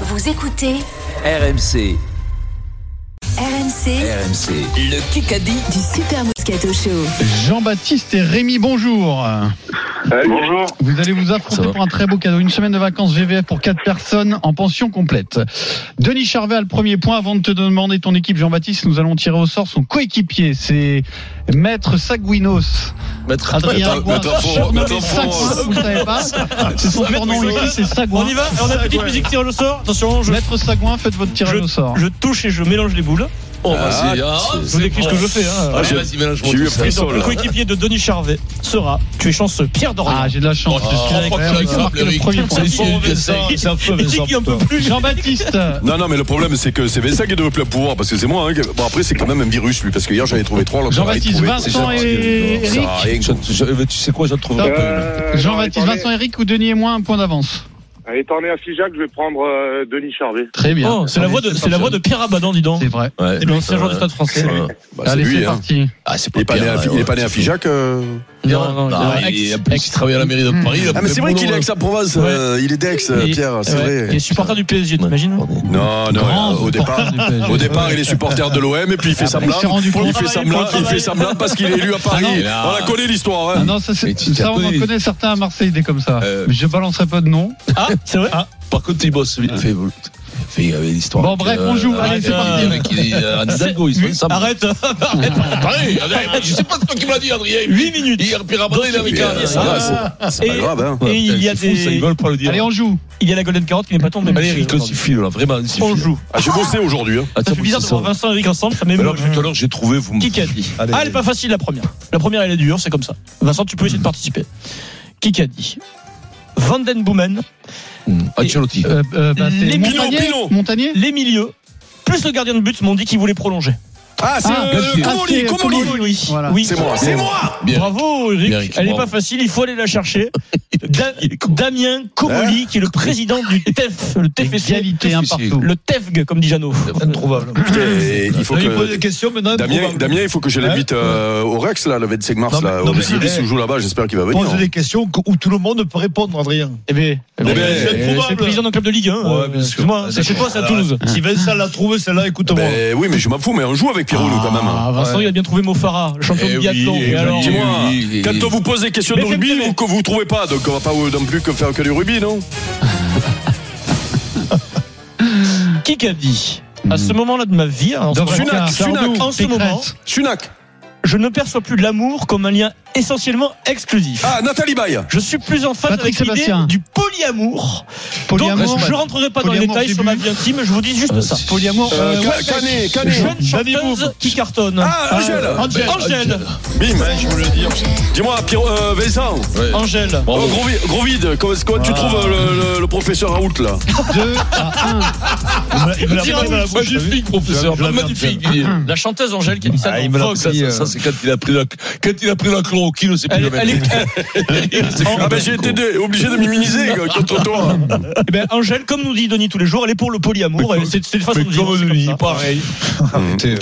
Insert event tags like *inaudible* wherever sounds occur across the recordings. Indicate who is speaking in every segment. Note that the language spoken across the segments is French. Speaker 1: Vous écoutez
Speaker 2: RMC,
Speaker 1: RMC
Speaker 2: RMC, le Kikadi.
Speaker 1: du Super Moscato Show.
Speaker 3: Jean-Baptiste et Rémi, bonjour.
Speaker 4: Bonjour.
Speaker 3: Vous allez vous
Speaker 2: Ça
Speaker 3: affronter
Speaker 2: va.
Speaker 3: pour un très beau cadeau. Une semaine de vacances VVF pour quatre personnes en pension complète. Denis Charvet a le premier point. Avant de te demander ton équipe, Jean-Baptiste, nous allons tirer au sort son coéquipier. C'est Maître Saguinos.
Speaker 2: Maître
Speaker 3: Adrien
Speaker 2: Attends,
Speaker 3: Aguin,
Speaker 2: attends,
Speaker 3: surnommé
Speaker 2: attends,
Speaker 3: Sagouin, vous ne savez pas. C'est son surnom, lui aussi, c'est Sagouin.
Speaker 5: On y va, on a une petite musique tirage au sort. Attention, je,
Speaker 3: Maître Sagouin, faites votre tirage au sort.
Speaker 5: je touche et je mélange les boules. Euh,
Speaker 2: Oh,
Speaker 6: bah,
Speaker 2: vas-y, ah,
Speaker 5: Je vous décris ce que je fais. Hein.
Speaker 2: ah, vas-y, mélange-moi
Speaker 4: j'ai eu
Speaker 2: tout
Speaker 4: un
Speaker 2: ça.
Speaker 5: Et
Speaker 4: frisson.
Speaker 5: donc, le coéquipier de Denis Charvet sera, tu es chanceux, Pierre
Speaker 3: Ah,
Speaker 5: Dorian.
Speaker 3: j'ai de la chance.
Speaker 2: Oh,
Speaker 3: Je suis
Speaker 2: trois fois que
Speaker 3: agréable.
Speaker 2: tu as
Speaker 3: Marque le
Speaker 2: Eric.
Speaker 3: premier point.
Speaker 2: C'est sûr.
Speaker 5: c'est un peu Vincent. qui en peut plus.
Speaker 3: Jean-Baptiste,
Speaker 4: Non, non, mais le problème, c'est que c'est Vincent qui devait plus pouvoir, parce que c'est moi. Hein. qui- Bon, après, c'est quand même un virus, lui, parce que hier, j'en ai trouvé trois. l'autre, j'en ai
Speaker 3: Jean-Baptiste,
Speaker 4: trouvé-
Speaker 3: Vincent
Speaker 4: c'est
Speaker 3: et
Speaker 4: gentil. Ça sert à rien,
Speaker 6: Je-
Speaker 4: quoi.
Speaker 6: je- je- tu sais quoi, j'en trouve un
Speaker 3: Top.
Speaker 6: peu.
Speaker 7: Euh,
Speaker 3: Jean-Baptiste, Vincent, Eric ou Denis et moi, un point d'avance.
Speaker 7: Étant né à Figeac, je vais prendre euh, Denis Charvet.
Speaker 3: Très bien.
Speaker 5: Oh, c'est la voix de, c'est la voix de Pierre Abadan, dis donc. Eh
Speaker 3: C'est vrai.
Speaker 6: Ouais.
Speaker 5: C'est l'ancien joueur du Stade français.
Speaker 6: Ouais.
Speaker 4: Bah, c'est
Speaker 3: Allez,
Speaker 4: lui,
Speaker 3: c'est
Speaker 4: hein.
Speaker 3: parti.
Speaker 6: Ah, c'est
Speaker 4: Il
Speaker 6: pas
Speaker 4: est pas né
Speaker 6: Pierre,
Speaker 4: à Fi-
Speaker 6: ouais,
Speaker 4: il est pas né à
Speaker 6: c'est-
Speaker 4: Figeac. euh
Speaker 5: Non, non,
Speaker 6: Non,
Speaker 5: il est-
Speaker 6: Bah, il,
Speaker 3: ex-
Speaker 6: il travaille à la mairie de Paris. il a
Speaker 4: Ah, mais
Speaker 6: fait
Speaker 4: c'est vrai
Speaker 6: boulot,
Speaker 4: qu'il est
Speaker 6: là.
Speaker 4: ex-Provence. euh, Il est d'Aix, euh,
Speaker 5: il est-
Speaker 4: Pierre, c'est
Speaker 5: ouais, Il
Speaker 4: vrai.
Speaker 5: est supporter du PSG, t'imagines
Speaker 6: Pardon.
Speaker 4: Non, non,
Speaker 3: Grand
Speaker 4: euh, au départ. Au départ, il est supporter de l'OM et puis il fait
Speaker 3: Après, il
Speaker 4: semblant.
Speaker 3: s'est rendu compte.
Speaker 4: Il fait semblant, il fait semblant parce qu'il est élu à Paris.
Speaker 6: Ah, non.
Speaker 4: On la connaît l'histoire.
Speaker 3: Ah
Speaker 4: hein.
Speaker 3: non, ça, c'est-
Speaker 6: Mais tu
Speaker 3: ça,
Speaker 6: t'as
Speaker 3: on en
Speaker 6: pas eu.
Speaker 3: connaît certains à Marseille, des comme ça.
Speaker 6: Euh.
Speaker 3: Mais je balancerai pas de nom.
Speaker 5: Ah, c'est vrai. Ah,
Speaker 6: Par contre, il bosse. Il fait, il fait- il avait l'histoire.
Speaker 3: Bon,
Speaker 6: avec,
Speaker 3: bref,
Speaker 6: euh,
Speaker 3: on joue.
Speaker 6: avec,
Speaker 3: Allez, c'est
Speaker 6: euh,
Speaker 3: parti.
Speaker 6: avec, euh, un Hidalgo, ils se font
Speaker 5: Huit-
Speaker 6: ça.
Speaker 5: Arrête.
Speaker 6: Pareil, Adrien, Je sais pas c'est toi qui me l'as dit, Adrien.
Speaker 5: 8 minutes.
Speaker 6: Hier, Pierre Abadan, il est avec
Speaker 4: Pierre,
Speaker 6: un.
Speaker 4: ça va, c'est- C'est pas
Speaker 5: Ah. Et-
Speaker 4: grave, hein.
Speaker 5: Et il y a
Speaker 6: C'est fou, ça,
Speaker 5: des,
Speaker 6: Ils veulent pas le dire.
Speaker 3: Allez, on joue.
Speaker 5: il y a la Golden Carotte qui n'est pas tombée.
Speaker 6: Allez,
Speaker 5: monsieur,
Speaker 6: Eric, on s'y
Speaker 5: aujourd'hui.
Speaker 6: file, là. Vraiment, on s'y
Speaker 5: On
Speaker 6: file.
Speaker 5: joue.
Speaker 4: Ah, J'ai bossé aujourd'hui. hein.
Speaker 6: Attends,
Speaker 5: Ça fait bizarre de
Speaker 6: c'est ça.
Speaker 5: voir Vincent et Eric ensemble, ça
Speaker 6: Mais
Speaker 5: m'émeut.
Speaker 6: non, tout à l'heure, j'ai trouvé. Vous me-
Speaker 5: Qui a dit
Speaker 6: Allez.
Speaker 5: Ah, elle est pas facile la première. La première, elle est dure, c'est comme ça. Vincent, tu peux essayer de participer. Qui a dit Vanden Boomen,
Speaker 6: Hum, Ancelotti.
Speaker 3: Euh, euh, bah, c'est
Speaker 5: Les Pinot,
Speaker 3: Montagnier.
Speaker 4: Pinot.
Speaker 3: Montagnier
Speaker 5: les milieux, plus le gardien de but m'ont dit qu'ils voulaient prolonger.
Speaker 4: Ah, c'est
Speaker 3: Ah,
Speaker 4: euh,
Speaker 6: Gauthier.
Speaker 4: Comoli,
Speaker 3: Ah, c'est
Speaker 4: Comoli.
Speaker 3: Comoli.
Speaker 5: Oui,
Speaker 3: Voilà.
Speaker 5: oui.
Speaker 4: C'est moi, c'est moi.
Speaker 6: Bien. *laughs*
Speaker 5: Bravo Eric,
Speaker 6: Eric,
Speaker 5: elle n'est
Speaker 6: bravo.
Speaker 5: pas facile, il faut aller la chercher. Da-
Speaker 6: Il est con.
Speaker 5: Damien Comoli, qui est le président du TEF, le TFC,
Speaker 3: Égalité, un
Speaker 6: Tessier.
Speaker 3: partout.
Speaker 5: le TEFG, comme dit Jeannot.
Speaker 6: Introuvable.
Speaker 4: Et Euh, il faut que
Speaker 5: questions maintenant.
Speaker 4: Damien, Damien, il faut que je l'invite euh, au Rex là, le 25 mars
Speaker 8: Non, mais-
Speaker 4: là,
Speaker 8: non,
Speaker 4: au
Speaker 8: mais-
Speaker 4: Osiris,
Speaker 8: eh,
Speaker 4: il joue là-bas. J'espère qu'il va venir. hein.
Speaker 8: Pose des questions que- où tout le monde peut répondre, Adrien.
Speaker 5: Eh bien,
Speaker 4: Eh ben,
Speaker 5: c'est le président d'un club de Ligue 1.
Speaker 6: Ouais, bien sûr.
Speaker 5: Excuse-moi, c'est chez toi, c'est à
Speaker 8: Alors,
Speaker 5: Toulouse.
Speaker 8: Si Vincent l'a trouvé, celle-là, écoute-moi.
Speaker 4: Ben oui, mais je m'en fous, mais on joue avec Pierrot nous quand même.
Speaker 5: Ah, Vincent, il a bien trouvé Mofara, le champion
Speaker 6: Eh
Speaker 5: du
Speaker 6: oui,
Speaker 5: biathlon.
Speaker 6: eh
Speaker 5: Et
Speaker 6: oui.
Speaker 5: alors,
Speaker 6: Dis-moi,
Speaker 4: Dis-moi,
Speaker 6: oui, oui, oui.
Speaker 4: quand on vous pose des questions de
Speaker 5: Mais
Speaker 4: rugby,
Speaker 5: faites-le.
Speaker 4: vous que vous trouvez pas, donc on va pas euh, non plus que faire que du rugby, non
Speaker 5: qui qu'a dit À ce moment-là de ma vie, hein, en ce
Speaker 3: Dovraka,
Speaker 5: moment,
Speaker 4: Sunak,
Speaker 3: Sardou,
Speaker 4: Sunak.
Speaker 5: en ce
Speaker 3: Pécresse.
Speaker 5: moment,
Speaker 4: Sunak.
Speaker 5: je ne perçois plus l'amour comme un lien essentiellement exclusif.
Speaker 4: Ah, Nathalie Baye.
Speaker 5: Je suis plus en phase
Speaker 3: Patrick
Speaker 5: avec l'idée
Speaker 3: Sébastien.
Speaker 5: du polyamour.
Speaker 3: Polyamour,
Speaker 5: Donc, je
Speaker 3: Batman.
Speaker 5: rentrerai pas dans les
Speaker 3: Polyamour
Speaker 5: détails sur ma vie intime, je vous dis juste ça.
Speaker 3: Polyamour.
Speaker 4: Euh,
Speaker 3: euh,
Speaker 4: Ca-
Speaker 3: Welbeck.
Speaker 4: Canet, Canet.
Speaker 5: Jeune chanteuse qui cartonne. Euh,
Speaker 4: Ah, Angèle.
Speaker 5: Angèle.
Speaker 6: Bah,
Speaker 5: Angèle.
Speaker 4: Bim, hein, je veux le dire. Dis-moi, Pierrot, euh, Vincent.
Speaker 5: Angèle.
Speaker 4: Oh, gros, vi- gros vide, comment, comment tu trouves euh, le, le- le professeur Raoult là
Speaker 3: 2 à 1.
Speaker 8: Il me l'a pas mis dans la bouche, t'as vu
Speaker 6: Magnifique, professeur.
Speaker 8: Je l'avais
Speaker 6: Magnifique.
Speaker 8: en
Speaker 6: Didier.
Speaker 5: La chanteuse Angèle qui a dit ça
Speaker 6: Ah, il
Speaker 5: dans
Speaker 6: me l'a-
Speaker 5: Vogue.
Speaker 6: ça, ça, ça, c'est quand il a pris la, quand il a pris la chloroquine, on sait plus
Speaker 5: Elle,
Speaker 6: le
Speaker 5: elle
Speaker 6: mec.
Speaker 5: est- elle-
Speaker 6: *laughs*
Speaker 4: Ah, ben j'ai été dé- obligé de *laughs* m'immuniser quoi, contre toi.
Speaker 5: Eh ben, Angèle, comme nous dit Denis tous les jours, elle est pour le polyamour. Elle- C'est c'est une façon
Speaker 6: Mais
Speaker 5: de dire.
Speaker 6: comme
Speaker 5: c'est comme
Speaker 6: lui,
Speaker 5: ça.
Speaker 6: pareil.
Speaker 8: Arrêtez.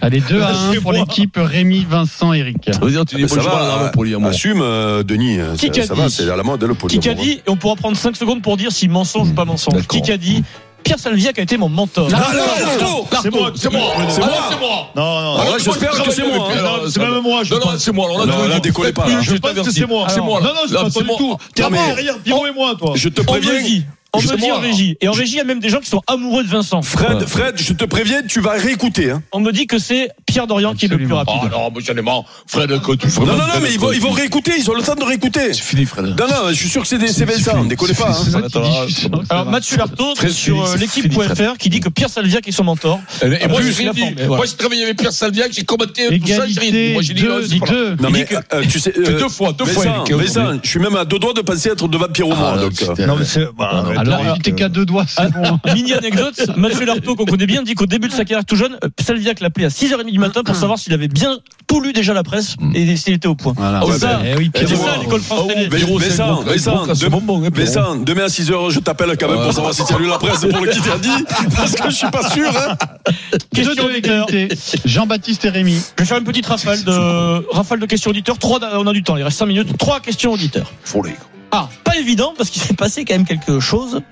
Speaker 3: Allez, 2 à 1 pour
Speaker 5: Lâchez-moi.
Speaker 3: l'équipe Rémi, Vincent, Eric.
Speaker 6: Ça veut dire, tu dis,
Speaker 4: Ah, ben,
Speaker 6: moi, je parle
Speaker 4: hein.
Speaker 6: d'argent pour lui, à moi.
Speaker 4: Assume, euh, Denis. euh,
Speaker 5: Qui
Speaker 4: ça-
Speaker 5: qu'a
Speaker 4: Ça va,
Speaker 5: dit
Speaker 4: c'est à la mode le podium.
Speaker 5: Qui a dit, et on pourra prendre 5 secondes pour dire si mensonge ou pas mensonge.
Speaker 6: D'accord.
Speaker 5: Qui a dit, Pierre Salviac a été mon mentor.
Speaker 4: Ah, là, Lartaud
Speaker 6: C'est moi, c'est moi,
Speaker 4: C'est moi.
Speaker 6: c'est moi.
Speaker 8: Non, non,
Speaker 4: Ah,
Speaker 8: non.
Speaker 4: ouais, j'espère que c'est moi, hein.
Speaker 8: Non, C'est même moi, je
Speaker 6: Non, non,
Speaker 8: pense.
Speaker 6: c'est moi. Alors là,
Speaker 4: Non,
Speaker 6: tu vois,
Speaker 4: là,
Speaker 6: vous
Speaker 4: décollez
Speaker 6: faites
Speaker 4: pas,
Speaker 6: plus,
Speaker 4: là.
Speaker 6: je
Speaker 8: Je pense
Speaker 6: t'avertis.
Speaker 8: que c'est moi.
Speaker 6: C'est moi.
Speaker 8: Non, non, c'est
Speaker 6: Là,
Speaker 8: pas
Speaker 6: c'est
Speaker 8: toi du
Speaker 6: moi.
Speaker 8: tout. T'es
Speaker 4: Non,
Speaker 8: à moi
Speaker 4: mais-
Speaker 8: derrière, Pierrot et moi, toi.
Speaker 4: Je te
Speaker 5: On me
Speaker 4: préviens.
Speaker 5: dit, on me
Speaker 4: Justement,
Speaker 5: dit en régie. Et en régie, il y a même des gens qui sont amoureux de Vincent.
Speaker 4: Fred, Fred, je te préviens, tu vas réécouter. Hein.
Speaker 5: On me dit que c'est Pierre Dorian qui est le plus
Speaker 3: Absolument.
Speaker 5: rapide.
Speaker 6: Ah, non, moi, j'en ai marre. Fred, quand tu
Speaker 4: Non, non, non, mais ils vont, ils vont réécouter, ils ont le temps de réécouter.
Speaker 6: C'est fini, Fred.
Speaker 4: Non, non, je suis sûr que c'est des c'est Vincent, décollez pas. Hein.
Speaker 3: C'est ça qui dit, je suis sûr que Ah, ça
Speaker 5: Alors
Speaker 3: va.
Speaker 5: Mathieu Lartaud
Speaker 6: Très
Speaker 5: sur euh,
Speaker 6: fini, c'est
Speaker 5: l'équipe.fr qui dit que Pierre Salviac est son mentor.
Speaker 6: Et moi,
Speaker 5: Ah,
Speaker 6: je
Speaker 5: oui,
Speaker 6: suis
Speaker 5: la
Speaker 6: dit,
Speaker 5: forme, mais
Speaker 6: Moi,
Speaker 5: voilà.
Speaker 6: j'ai travaillé avec Pierre Salviac, j'ai combatté tout ça, j'ai ri.
Speaker 3: Égalité,
Speaker 6: Moi, j'ai dit, non,
Speaker 3: 2,
Speaker 6: c'est
Speaker 3: dit
Speaker 6: pas grave.
Speaker 3: 2.
Speaker 4: Non, mais euh, tu sais.
Speaker 6: Fait
Speaker 4: euh,
Speaker 6: deux fois, deux fois,
Speaker 4: Vincent,
Speaker 6: Eric, hein,
Speaker 4: Vincent, je suis même à deux doigts de passer à être devant Pierrot, moi.
Speaker 6: Ah,
Speaker 4: donc, euh,
Speaker 6: putain.
Speaker 8: Non, mais c'est. bah, arrête,
Speaker 3: Alors,
Speaker 8: là.
Speaker 3: il
Speaker 5: euh,
Speaker 3: était qu'à deux doigts, c'est bon.
Speaker 5: Mini anecdote, Mathieu Lartaud qu'on connaît bien dit qu'au début de sa carrière tout jeune, euh, Salviac l'appelait à 6h30 du matin pour savoir s'il avait bien tout lu déjà la presse et s'il était au point.
Speaker 3: Voilà.
Speaker 5: C'est ça,
Speaker 3: Eh oui,
Speaker 5: c'est
Speaker 3: Pierrot.
Speaker 5: ça l'école française.
Speaker 4: Vincent,
Speaker 6: Pierrot, c'est un gros-
Speaker 4: Vincent,
Speaker 6: un gros classe
Speaker 4: de-
Speaker 6: bonbon, hein, Pierrot.
Speaker 4: Vincent, demain à 6h, je t'appelle quand même
Speaker 6: Ouais.
Speaker 4: pour savoir si tu as lu la presse pour le qui t'a dit, *laughs* parce que je suis pas sûr. Hein.
Speaker 3: Deux
Speaker 5: Question
Speaker 3: de
Speaker 5: auditeur.
Speaker 3: l'égalité. Jean-Baptiste et Rémi.
Speaker 5: Je vais faire une euh, petite rafale de rafale de questions auditeurs. Trois, on a du temps, il reste 5 minutes. Trois questions auditeurs.
Speaker 6: Faut les, quoi.
Speaker 5: Ah, pas évident parce qu'il s'est passé quand même quelque chose.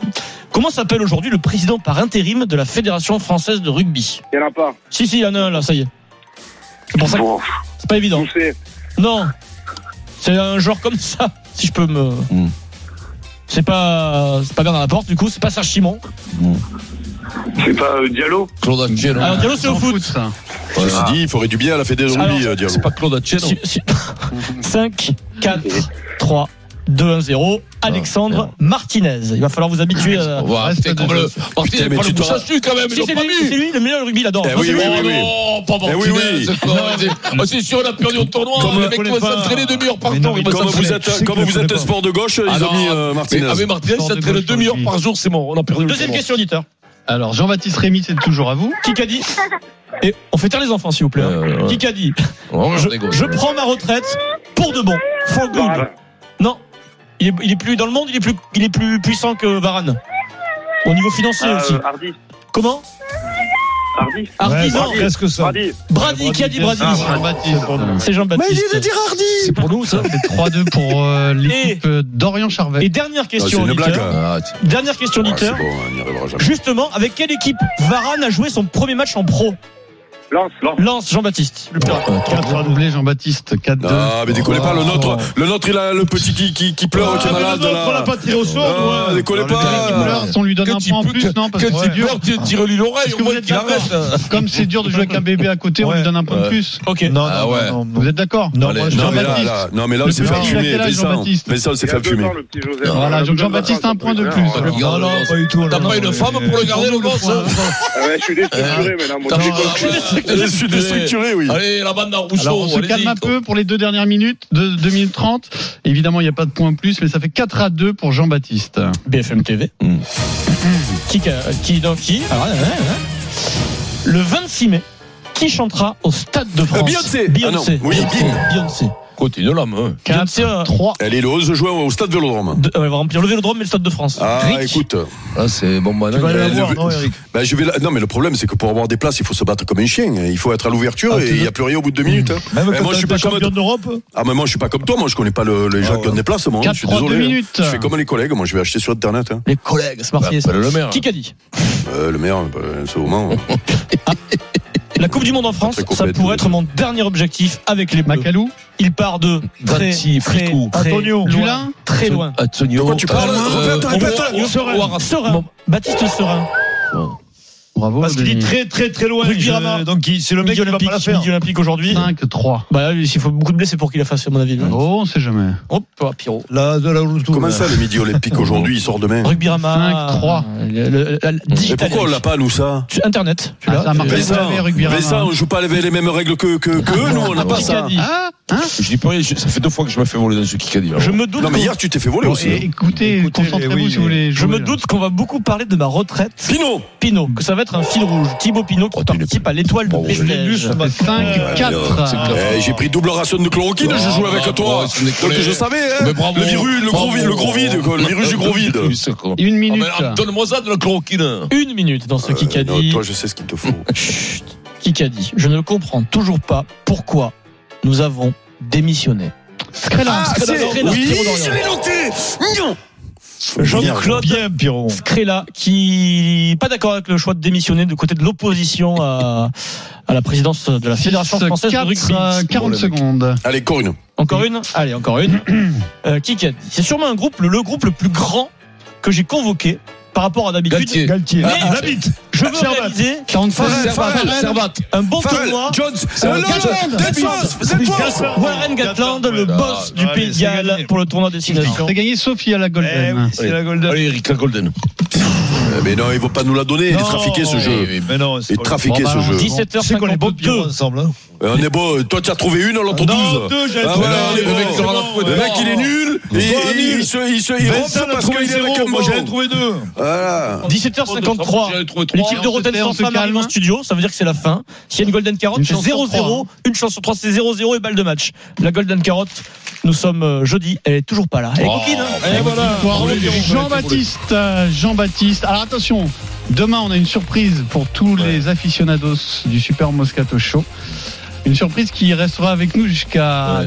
Speaker 5: Comment s'appelle aujourd'hui le président par intérim de la Fédération française de rugby
Speaker 7: Il n'y en a pas.
Speaker 5: Si, si, il y en a un là, ça y est. C'est pour ça que
Speaker 7: Bon,
Speaker 5: c'est pas évident.
Speaker 7: vous savez,
Speaker 5: Non. C'est un joueur comme ça, si je peux me.
Speaker 2: Mm.
Speaker 5: C'est pas, c'est pas Bernard Laporte, du coup, c'est pas Serge Chimon.
Speaker 7: c'est pas euh, Diallo
Speaker 2: Claude Hachel.
Speaker 6: Ah,
Speaker 5: Alors, Diallo, c'est au
Speaker 3: Sans
Speaker 5: foot.
Speaker 3: ça.
Speaker 4: Ceci dit, il ferait du bien à la Fédération
Speaker 5: Alors,
Speaker 4: Rugby, euh, Diallo.
Speaker 2: C'est pas Claude Hachel. *laughs*
Speaker 5: 5, 4, 3, 2, 1, 0. Alexandre Martinez. Il va falloir vous habituer euh, à.
Speaker 2: Ah. On va
Speaker 3: Reste
Speaker 2: rester comme
Speaker 3: déjà
Speaker 2: le. Parti,
Speaker 4: Putain, mais
Speaker 2: pas le
Speaker 4: tu t'en-
Speaker 2: moustachu quand même,
Speaker 5: Si
Speaker 2: ils l'ont
Speaker 5: c'est
Speaker 2: pas
Speaker 5: lui, si
Speaker 2: mis.
Speaker 5: c'est lui, le meilleur rugby, il adore.
Speaker 4: Eh oui, oui, oui, oui.
Speaker 2: Oh, pas
Speaker 4: Eh oui,
Speaker 2: Martinez,
Speaker 4: oui.
Speaker 2: quoi.
Speaker 4: *laughs*
Speaker 2: Ah, C'est sûr, on a perdu au tournoi.
Speaker 4: Comme
Speaker 2: les
Speaker 4: on
Speaker 2: mecs
Speaker 8: connaît
Speaker 2: vont
Speaker 8: pas.
Speaker 2: s'entraîner demi-heure par
Speaker 3: Mais
Speaker 2: jour.
Speaker 3: non, mais
Speaker 2: ils vont
Speaker 4: Comme
Speaker 2: s'entraîner.
Speaker 4: vous
Speaker 3: Je
Speaker 4: êtes,
Speaker 3: sais
Speaker 4: comme
Speaker 3: que
Speaker 4: vous
Speaker 3: je
Speaker 4: êtes
Speaker 3: connais
Speaker 4: un sport de gauche, ils ont
Speaker 2: non,
Speaker 4: mis euh,
Speaker 2: Mais
Speaker 6: ah,
Speaker 4: Martinez.
Speaker 2: avec Martinez,
Speaker 3: Sport
Speaker 2: ça
Speaker 3: de
Speaker 2: traîne
Speaker 3: gauche,
Speaker 2: demi-heure
Speaker 3: oui.
Speaker 2: par jour, c'est mort. On a perdu le
Speaker 5: Deuxième
Speaker 2: tournoi.
Speaker 5: question, auditeur.
Speaker 3: Alors, Jean-Baptiste Rémy, c'est toujours à vous.
Speaker 5: Qui qu'a dit Et on fait taire les enfants, s'il vous plaît. hein.
Speaker 2: Ouais, ouais, ouais.
Speaker 5: Qui qu'a dit
Speaker 2: Oh,
Speaker 5: je,
Speaker 2: on rigole.
Speaker 5: je prends ma retraite pour de bon. For good.
Speaker 3: bah,
Speaker 7: Varane.
Speaker 5: Non. Il est, il est plus dans le monde, il est plus, il est plus puissant que Varane. Au niveau financier
Speaker 7: Ah,
Speaker 5: aussi.
Speaker 7: euh, Hardy.
Speaker 5: Comment
Speaker 7: Hardy.
Speaker 5: Hardy, non.
Speaker 7: Brady.
Speaker 8: Qu'est-ce que ça
Speaker 7: Hardy.
Speaker 5: Brady, qui a dit Brady
Speaker 8: Ah,
Speaker 3: Jean-Baptiste.
Speaker 5: C'est Jean-Baptiste.
Speaker 3: C'est pour nous, ça. C'est 3-2
Speaker 8: *laughs*
Speaker 3: pour euh, l'équipe euh, d'Orient Charvet.
Speaker 5: Et dernière
Speaker 4: Ah, C'est
Speaker 5: question,
Speaker 4: une blague.
Speaker 5: auditeur.
Speaker 4: hein.
Speaker 2: Ah, t-
Speaker 5: Dernière question,
Speaker 4: Ah, C'est
Speaker 5: auditeur.
Speaker 4: bon, on n'y arrivera jamais.
Speaker 5: Justement, avec quelle équipe Varane a joué son premier match en pro
Speaker 7: Lance, lance.
Speaker 5: Lance Jean-Baptiste. Le plus rapide.
Speaker 3: Bien doublé, Jean-Baptiste. 4-2.
Speaker 4: Ah, mais
Speaker 3: oh,
Speaker 4: décollez pas, le nôtre, le nôtre, il a le petit qui, qui, qui pleure,
Speaker 8: Ah,
Speaker 4: qui est
Speaker 8: mais le
Speaker 4: malade,
Speaker 8: nôtre, on l'a
Speaker 4: là.
Speaker 8: pas tiré au
Speaker 4: Ah,
Speaker 8: sort, ouais.
Speaker 4: décollez
Speaker 2: Non, le gars, il
Speaker 4: pas.
Speaker 2: pleure.
Speaker 3: Pleurs, on lui donne un
Speaker 6: Quand
Speaker 3: point en
Speaker 6: il peut-
Speaker 3: plus, non Parce
Speaker 6: Quand
Speaker 3: que
Speaker 6: il pleure, tu tire-lui l'oreille,
Speaker 3: Est-ce
Speaker 6: au
Speaker 3: que vous
Speaker 6: moins
Speaker 3: êtes
Speaker 6: qu'il
Speaker 3: d'accord
Speaker 6: arrête.
Speaker 3: comme c'est dur de jouer avec un bébé à côté, on
Speaker 8: Ouais.
Speaker 3: lui donne un point de
Speaker 2: Ouais.
Speaker 3: plus.
Speaker 5: Ok.
Speaker 8: Non,
Speaker 2: Ah
Speaker 8: non,
Speaker 2: ouais.
Speaker 8: non, non.
Speaker 3: Vous êtes d'accord
Speaker 8: Non,
Speaker 2: Allez,
Speaker 8: moi, je-
Speaker 4: Non, mais là,
Speaker 3: Jean-Baptiste.
Speaker 4: là, non, mais là, on
Speaker 3: Le
Speaker 4: s'est
Speaker 3: petit, il
Speaker 4: fait
Speaker 3: a
Speaker 4: fumer.
Speaker 3: quel âge,
Speaker 4: Vincent,
Speaker 3: Jean-Baptiste
Speaker 4: Vincent, on s'est
Speaker 7: Il y a
Speaker 4: fait
Speaker 7: deux
Speaker 4: fumer.
Speaker 7: ans, le petit Joseph. Euh, Ah,
Speaker 3: Voilà,
Speaker 7: Il y a
Speaker 3: donc
Speaker 7: deux ans,
Speaker 3: Jean-Baptiste,
Speaker 7: ça
Speaker 3: un point de
Speaker 7: peut
Speaker 3: plus.
Speaker 7: être rien,
Speaker 8: Non, non, pas du tout.
Speaker 2: T'as
Speaker 8: non,
Speaker 2: pas
Speaker 8: non,
Speaker 2: une
Speaker 8: mais-
Speaker 2: femme pour regarder le gosse hein
Speaker 7: hein. Ouais, Je suis déstructuré,
Speaker 3: Euh,
Speaker 7: mais là, mon
Speaker 2: T'as
Speaker 7: petit
Speaker 2: pas-
Speaker 7: coach.
Speaker 4: Je suis déstructuré,
Speaker 7: Ah
Speaker 4: oui.
Speaker 2: Allez, la bande à
Speaker 3: Alors, on
Speaker 2: Rousseau.
Speaker 3: se
Speaker 2: allez-y,
Speaker 3: calme un
Speaker 2: quoi.
Speaker 3: peu pour les deux dernières minutes, de 2 minutes 30. Évidemment, il n'y a pas de point en plus, mais ça fait 4 à 2 pour Jean-Baptiste.
Speaker 5: BFM TV.
Speaker 4: Hmm.
Speaker 2: Mm.
Speaker 5: Qui, ca- qui, dans qui Ah ouais, ouais, ouais. Le 26 mai, qui chantera au Stade de France
Speaker 4: Euh, Beyoncé.
Speaker 5: Beyoncé.
Speaker 4: Ah non, oui,
Speaker 5: Beyoncé. Beyoncé.
Speaker 2: Continue l'âme. hein.
Speaker 5: Beyoncé, euh,
Speaker 3: 3.
Speaker 4: Elle est ose jouer au stade Vélodrome.
Speaker 5: de- euh, elle va remplir le Vélodrome et le Stade de France.
Speaker 4: Ah,
Speaker 5: Rick,
Speaker 4: écoute.
Speaker 2: Ah, c'est bon, bah,
Speaker 8: Tu vas aller la
Speaker 4: Mais
Speaker 8: voir,
Speaker 4: le-
Speaker 8: non, Eric
Speaker 4: Bah, je vais là- Non, mais le problème, c'est que pour avoir des places, il faut se battre comme un chien. Il faut être à l'ouverture
Speaker 8: Ah,
Speaker 4: et
Speaker 8: tu
Speaker 4: il n'y
Speaker 8: veux-
Speaker 4: a plus rien au bout de deux minutes. hein.
Speaker 8: Même
Speaker 4: Mais
Speaker 8: quand
Speaker 4: moi,
Speaker 8: t'as
Speaker 4: je suis
Speaker 8: été
Speaker 4: pas comme-
Speaker 8: champion d'Europe
Speaker 4: Ah, mais moi, je suis pas comme toi. Moi, je connais pas le- les gens qui ont des places. Moi, je suis
Speaker 3: 4-3,
Speaker 4: désolé.
Speaker 3: deux
Speaker 4: hein.
Speaker 3: minutes.
Speaker 4: Je fais comme les collègues. Moi, je vais acheter sur Internet. hein.
Speaker 5: Les collègues, c'est marqué.
Speaker 2: Appelle le maire.
Speaker 5: Qui qu'a dit
Speaker 4: Euh, le maire, bah, en ce moment.
Speaker 5: La Coupe du Monde en France,
Speaker 4: Très
Speaker 5: ça
Speaker 4: complète,
Speaker 5: pourrait
Speaker 4: oui.
Speaker 5: être mon dernier objectif avec les Bleus.
Speaker 3: Macalou,
Speaker 5: Il part de très,
Speaker 2: Vinci,
Speaker 5: très,
Speaker 2: Fricou.
Speaker 5: très
Speaker 8: Antonio. Ah,
Speaker 5: loin,
Speaker 3: Dulin.
Speaker 5: très loin.
Speaker 2: Antonio. Euh,
Speaker 4: De quoi tu parles Répète,
Speaker 5: On
Speaker 4: répète.
Speaker 5: voit- on- Serein. Serein. Baptiste Serein.
Speaker 3: bravo.
Speaker 8: Parce qu'il est
Speaker 3: Denis.
Speaker 8: très très très loin.
Speaker 5: Rugby
Speaker 8: je-
Speaker 5: Rama.
Speaker 8: Donc il- c'est le mec
Speaker 5: Midi
Speaker 8: qui va
Speaker 5: olympique,
Speaker 8: pas la faire.
Speaker 5: midi olympique aujourd'hui.
Speaker 3: 5-3.
Speaker 5: Bah, il faut beaucoup de blessés pour qu'il la fasse, à mon avis.
Speaker 3: Oh, on sait jamais.
Speaker 5: Hop, oh, Pierrot.
Speaker 8: La, de la Bluetooth,
Speaker 4: Comment
Speaker 8: là.
Speaker 4: ça, le midi olympique aujourd'hui, il sort demain
Speaker 5: Rugby Rama.
Speaker 3: 5-3.
Speaker 5: Le- le- la- la-
Speaker 4: Mais
Speaker 5: Digital.
Speaker 4: pourquoi on l'a pas, nous, ça
Speaker 5: Tu- Internet. Tu
Speaker 3: Ah,
Speaker 5: l'as.
Speaker 3: ça marche.
Speaker 5: Tu-
Speaker 3: Mais
Speaker 4: Vincent,
Speaker 3: Rugby Rugby Rama.
Speaker 4: Vincent, on joue pas avec les mêmes règles que, que, que eux, nous, on n'a pas
Speaker 5: Qui qu'a
Speaker 4: ça.
Speaker 5: dit
Speaker 3: Ah, hein
Speaker 6: Je dis pas rien, je- ça fait deux fois que je me fais voler dans ce Kikadi.
Speaker 5: Je me doute.
Speaker 4: Non, mais
Speaker 5: qu'on-
Speaker 4: hier, tu t'es fait voler
Speaker 3: Bon,
Speaker 4: aussi.
Speaker 3: eh,
Speaker 4: hein.
Speaker 3: Écoutez,
Speaker 8: Écoutez,
Speaker 3: concentrez-vous
Speaker 8: oui,
Speaker 3: si vous voulez.
Speaker 5: Je me
Speaker 8: hein.
Speaker 3: jouer, hein. là.
Speaker 5: doute qu'on va beaucoup parler de ma retraite.
Speaker 4: Pinot
Speaker 5: Pinot, que ça va être un fil rouge. Thibaut Pinot qui
Speaker 2: Oh, Pinot.
Speaker 5: participe à l'étoile de
Speaker 2: Bravo, je l'ai
Speaker 5: Bethléem.
Speaker 3: C'est 5-4.
Speaker 4: Eh, J'ai pris double ration de chloroquine, je joue
Speaker 6: Ah,
Speaker 2: Ah,
Speaker 4: avec toi.
Speaker 2: oh,
Speaker 4: Donc je savais, hein.
Speaker 6: bah, Mais bravo.
Speaker 4: le virus, le gros,
Speaker 6: Bravo.
Speaker 4: vide, le gros vide, quoi, le virus
Speaker 2: Euh,
Speaker 4: du gros vide.
Speaker 3: Une minute.
Speaker 6: Ah, Donne-moi ça de la chloroquine.
Speaker 5: Une minute dans ce
Speaker 4: Euh, non,
Speaker 5: Kikadi.
Speaker 4: toi, je sais ce qu'il te faut.
Speaker 5: Chut, Kikadi. Je ne comprends toujours pas pourquoi nous avons démissionné.
Speaker 3: Scrella.
Speaker 5: Ah, c'est-
Speaker 4: oui,
Speaker 5: Pierrot d'Orient.
Speaker 4: je l'ai noté. Non.
Speaker 5: Jean-Claude
Speaker 8: Bien, Piron.
Speaker 5: Scrella qui pas d'accord avec le choix de démissionner de côté de l'opposition à, à la présidence de la Fédération française de rugby.
Speaker 3: euh, 40 secondes.
Speaker 4: Allez, Corinne.
Speaker 5: Encore une Allez, encore une. Euh, qui qui a dit C'est sûrement un groupe, le, le groupe le plus grand que j'ai convoqué par rapport à d'habitude.
Speaker 2: Galtier.
Speaker 8: Galtier.
Speaker 5: Mais-
Speaker 8: Ah, la bite.
Speaker 5: Je veux
Speaker 8: Servat.
Speaker 5: réaliser
Speaker 3: 45
Speaker 4: Farrell, Farrell,
Speaker 5: Servat. un bon
Speaker 4: Farrell,
Speaker 5: tournoi.
Speaker 4: Jones,
Speaker 5: Euh,
Speaker 4: euh, non,
Speaker 5: Gatland,
Speaker 4: Zedmos, Zedmos.
Speaker 5: Warren Gatland, le
Speaker 6: Ouais,
Speaker 5: boss
Speaker 8: là,
Speaker 5: du
Speaker 8: allez,
Speaker 5: Pays de
Speaker 8: c'est gagné.
Speaker 5: Galles pour le tournoi destination.
Speaker 3: T'as gagné Sophie à la
Speaker 8: Eh
Speaker 3: Golden.
Speaker 8: oui, c'est la Golden.
Speaker 6: Allez, Eric, la Golden.
Speaker 4: Euh, Mais non, ils vont pas nous la donner. Il est
Speaker 8: Non.
Speaker 4: trafiqué
Speaker 6: Eh,
Speaker 4: ce jeu.
Speaker 8: Mais non, c'est
Speaker 4: Il est trafiqué
Speaker 3: Bon,
Speaker 4: ce
Speaker 3: bah,
Speaker 4: jeu.
Speaker 5: dix-
Speaker 8: Tu sais qu'on est bons pires ensemble. hein.
Speaker 4: Euh, On est beau. Toi, tu as trouvé une, l'autre
Speaker 8: Non,
Speaker 4: 12.
Speaker 8: deux, j'avais
Speaker 4: Ah,
Speaker 8: trouvé.
Speaker 4: voilà,
Speaker 8: deux,
Speaker 4: le mec,
Speaker 8: c'est
Speaker 4: il aura
Speaker 8: bon.
Speaker 4: la Le mec, il est nul. Et
Speaker 8: Toi,
Speaker 4: et
Speaker 8: nul.
Speaker 4: il se, il se, il
Speaker 8: Vincent
Speaker 4: rompt
Speaker 8: l'a
Speaker 4: parce
Speaker 8: trouvé
Speaker 4: qu'il est
Speaker 8: zéro,
Speaker 4: avec un
Speaker 8: moi j'avais
Speaker 4: bon.
Speaker 8: trouvé deux.
Speaker 4: Voilà.
Speaker 5: 17h53.
Speaker 6: trouvé trois.
Speaker 5: L'équipe de
Speaker 3: on se
Speaker 5: Rotten
Speaker 3: tait, on
Speaker 5: sans
Speaker 3: se
Speaker 5: femme arrive
Speaker 3: calme.
Speaker 5: en studio, ça veut dire que c'est la fin. S'il y a une Golden Carotte,
Speaker 3: Une
Speaker 5: c'est
Speaker 3: chance sur
Speaker 5: 0-0,
Speaker 3: trois,
Speaker 5: une chance sur 3, c'est 0-0 et balle de match. La Golden Carotte, nous sommes euh, jeudi, elle est toujours pas là. Elle est
Speaker 6: Oh,
Speaker 5: coquine, hein.
Speaker 6: ben
Speaker 5: Elle est
Speaker 6: voilà.
Speaker 5: coquine.
Speaker 3: Victoire de Jean-Baptiste, euh, Jean-Baptiste. Alors attention, demain on a une surprise pour tous les aficionados du Super Moscato Show. Une surprise qui restera avec nous jusqu'à
Speaker 6: Ouais.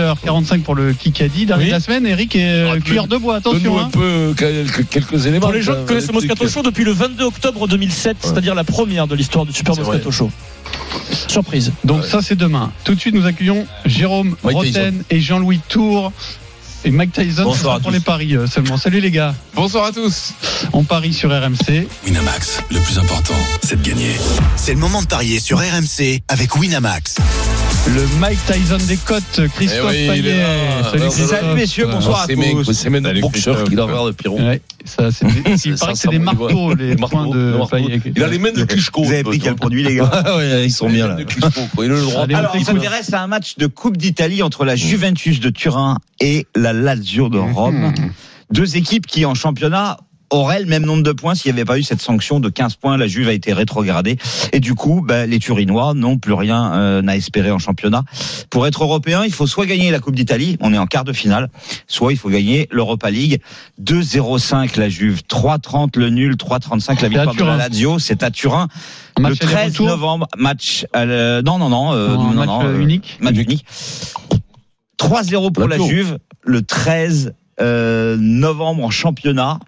Speaker 3: 17h45 pour le Kikadi d'arrivée
Speaker 5: Oui.
Speaker 3: de la semaine. Eric est euh,
Speaker 6: Ah, tu-
Speaker 3: cuillère de bois, attention.
Speaker 6: Donne-nous un
Speaker 3: hein.
Speaker 6: peu euh, quelques, quelques éléments.
Speaker 5: Pour les gens qui connaissent le Moscato Show depuis le 22 octobre 2007, c'est-à-dire la première de l'histoire du Super
Speaker 6: C'est vrai.
Speaker 5: Moscato Show. Surprise.
Speaker 3: hein. Donc
Speaker 6: Ouais.
Speaker 3: ça c'est demain. Tout de suite nous accueillons Jérôme
Speaker 6: Mike
Speaker 3: Roten et Jean-Louis Tour. Et Mike Tyson
Speaker 6: Bonsoir
Speaker 3: ce sera
Speaker 6: à
Speaker 3: pour
Speaker 6: tous.
Speaker 3: les paris euh, seulement. Salut les gars,
Speaker 2: Bonsoir à tous.
Speaker 3: on parie sur RMC.
Speaker 9: Winamax, le plus important, c'est de gagner.
Speaker 10: C'est le moment de parier sur RMC avec Winamax.
Speaker 3: Le Mike Tyson des côtes, Christophe
Speaker 6: Eh oui, il
Speaker 3: Payet.
Speaker 6: est là.
Speaker 3: Salut,
Speaker 6: Alors,
Speaker 3: Christophe.
Speaker 5: Euh,
Speaker 8: salut, messieurs,
Speaker 3: Ouais.
Speaker 8: bonsoir.
Speaker 6: Ah, C'est même c'est même un boxeur qui a de Pierrot.
Speaker 3: Ouais, ça, c'est des- il paraît que c'est des marteaux les points de Payet.
Speaker 6: Il a les mains de Klitschko. Ah
Speaker 10: Vous avez pris quel produit,
Speaker 6: *laughs*
Speaker 10: les gars
Speaker 6: Ils sont bien là. Il a le droit.
Speaker 3: Allez, on
Speaker 10: Alors, on
Speaker 3: t'écoute.
Speaker 10: s'intéresse à un match de Coupe d'Italie entre la Juventus de Turin et la Lazio de
Speaker 3: Mhm.
Speaker 10: Rome. Deux équipes qui, en championnat, auraient le même nombre de points s'il n'y avait pas eu cette sanction de 15 points. La Juve a été rétrogradée. Et du coup, ben, les Turinois n'ont plus rien euh, à espérer en championnat. Pour être européen, il faut soit gagner la Coupe d'Italie, on est en quart de finale, soit il faut gagner l'Europa League. 2-0-5 la Juve, 3-30 le nul, 3-35 la victoire de
Speaker 3: Turin.
Speaker 10: la Lazio. C'est à Turin
Speaker 3: Match
Speaker 10: le 13
Speaker 3: aller-retour
Speaker 10: novembre, match. euh, non, non, non. euh,
Speaker 3: Non,
Speaker 10: non,
Speaker 3: match,
Speaker 10: non,
Speaker 3: euh,
Speaker 10: euh,
Speaker 3: unique.
Speaker 10: Match unique. 3-0 pour la
Speaker 6: Lazio.
Speaker 10: Juve, le 13 euh, novembre en championnat.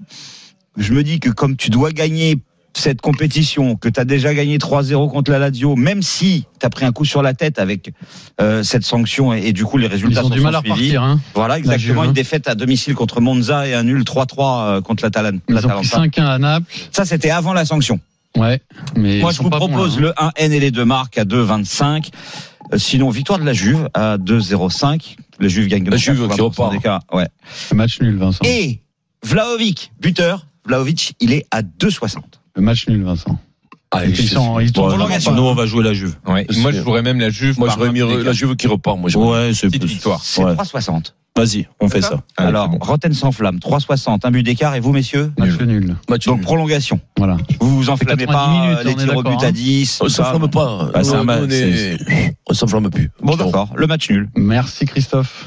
Speaker 10: Je me dis que comme tu dois gagner cette compétition, que tu as déjà gagné 3-0 contre la Lazio, même si tu as pris un coup sur la tête avec euh, cette sanction et, et du coup les
Speaker 3: Ils
Speaker 10: résultats
Speaker 3: ont
Speaker 10: sont
Speaker 3: du mal à
Speaker 10: suivis.
Speaker 3: repartir. Hein.
Speaker 10: Voilà,
Speaker 3: Juve,
Speaker 10: exactement.
Speaker 3: hein.
Speaker 10: Une défaite à domicile contre Monza et un nul 3-3 euh, contre la Talan-
Speaker 3: Ils
Speaker 10: la
Speaker 3: ont pris
Speaker 10: Talenta.
Speaker 3: 5-1 à Naples.
Speaker 10: Ça, c'était avant la sanction.
Speaker 3: Ouais. Mais
Speaker 10: Moi,
Speaker 3: ils
Speaker 10: je
Speaker 3: sont
Speaker 10: vous
Speaker 3: pas bons,
Speaker 10: propose
Speaker 3: là, hein.
Speaker 10: le 1N et les deux marques à 2,25. Euh, Sinon, victoire de la Juve à 2,05. La Juve gagne
Speaker 6: La Juve qui
Speaker 10: 80%
Speaker 6: repart.
Speaker 10: des cas, ouais.
Speaker 3: Le match nul, Vincent.
Speaker 10: Et Vlaovic, buteur. Vlaovic, il est à 2,60.
Speaker 3: Le match nul, Vincent. ils sont, ils sont
Speaker 10: Bon,
Speaker 3: vraiment
Speaker 10: prolongation.
Speaker 3: pas-
Speaker 5: Nous, on va jouer la Juve.
Speaker 6: Moi, je jouerais même la Juve. Moi, j'aurais mis la Juve qui repart. Moi, j'aurais
Speaker 5: Ouais, c'est
Speaker 6: petite victoire.
Speaker 10: C'est
Speaker 5: Ouais.
Speaker 10: 3,60.
Speaker 5: Vas-y, on fait ça.
Speaker 10: Alors, Rotten sans flamme, 3,60. Un but d'écart. Et vous, messieurs
Speaker 3: Match nul.
Speaker 6: Match
Speaker 10: Donc, prolongation.
Speaker 3: Voilà.
Speaker 10: Vous vous
Speaker 3: 90
Speaker 10: enflammez pas.
Speaker 3: minutes,
Speaker 10: euh,
Speaker 3: on
Speaker 10: les
Speaker 3: est
Speaker 10: tirs au
Speaker 3: d'accord,
Speaker 10: but
Speaker 3: hein.
Speaker 10: à 10.
Speaker 6: On
Speaker 10: tout ça.
Speaker 6: s'enflamme pas.
Speaker 5: Ah, c'est un match,
Speaker 6: On s'enflamme plus.
Speaker 10: Bon, d'accord. Le match nul.
Speaker 3: Merci, Christophe.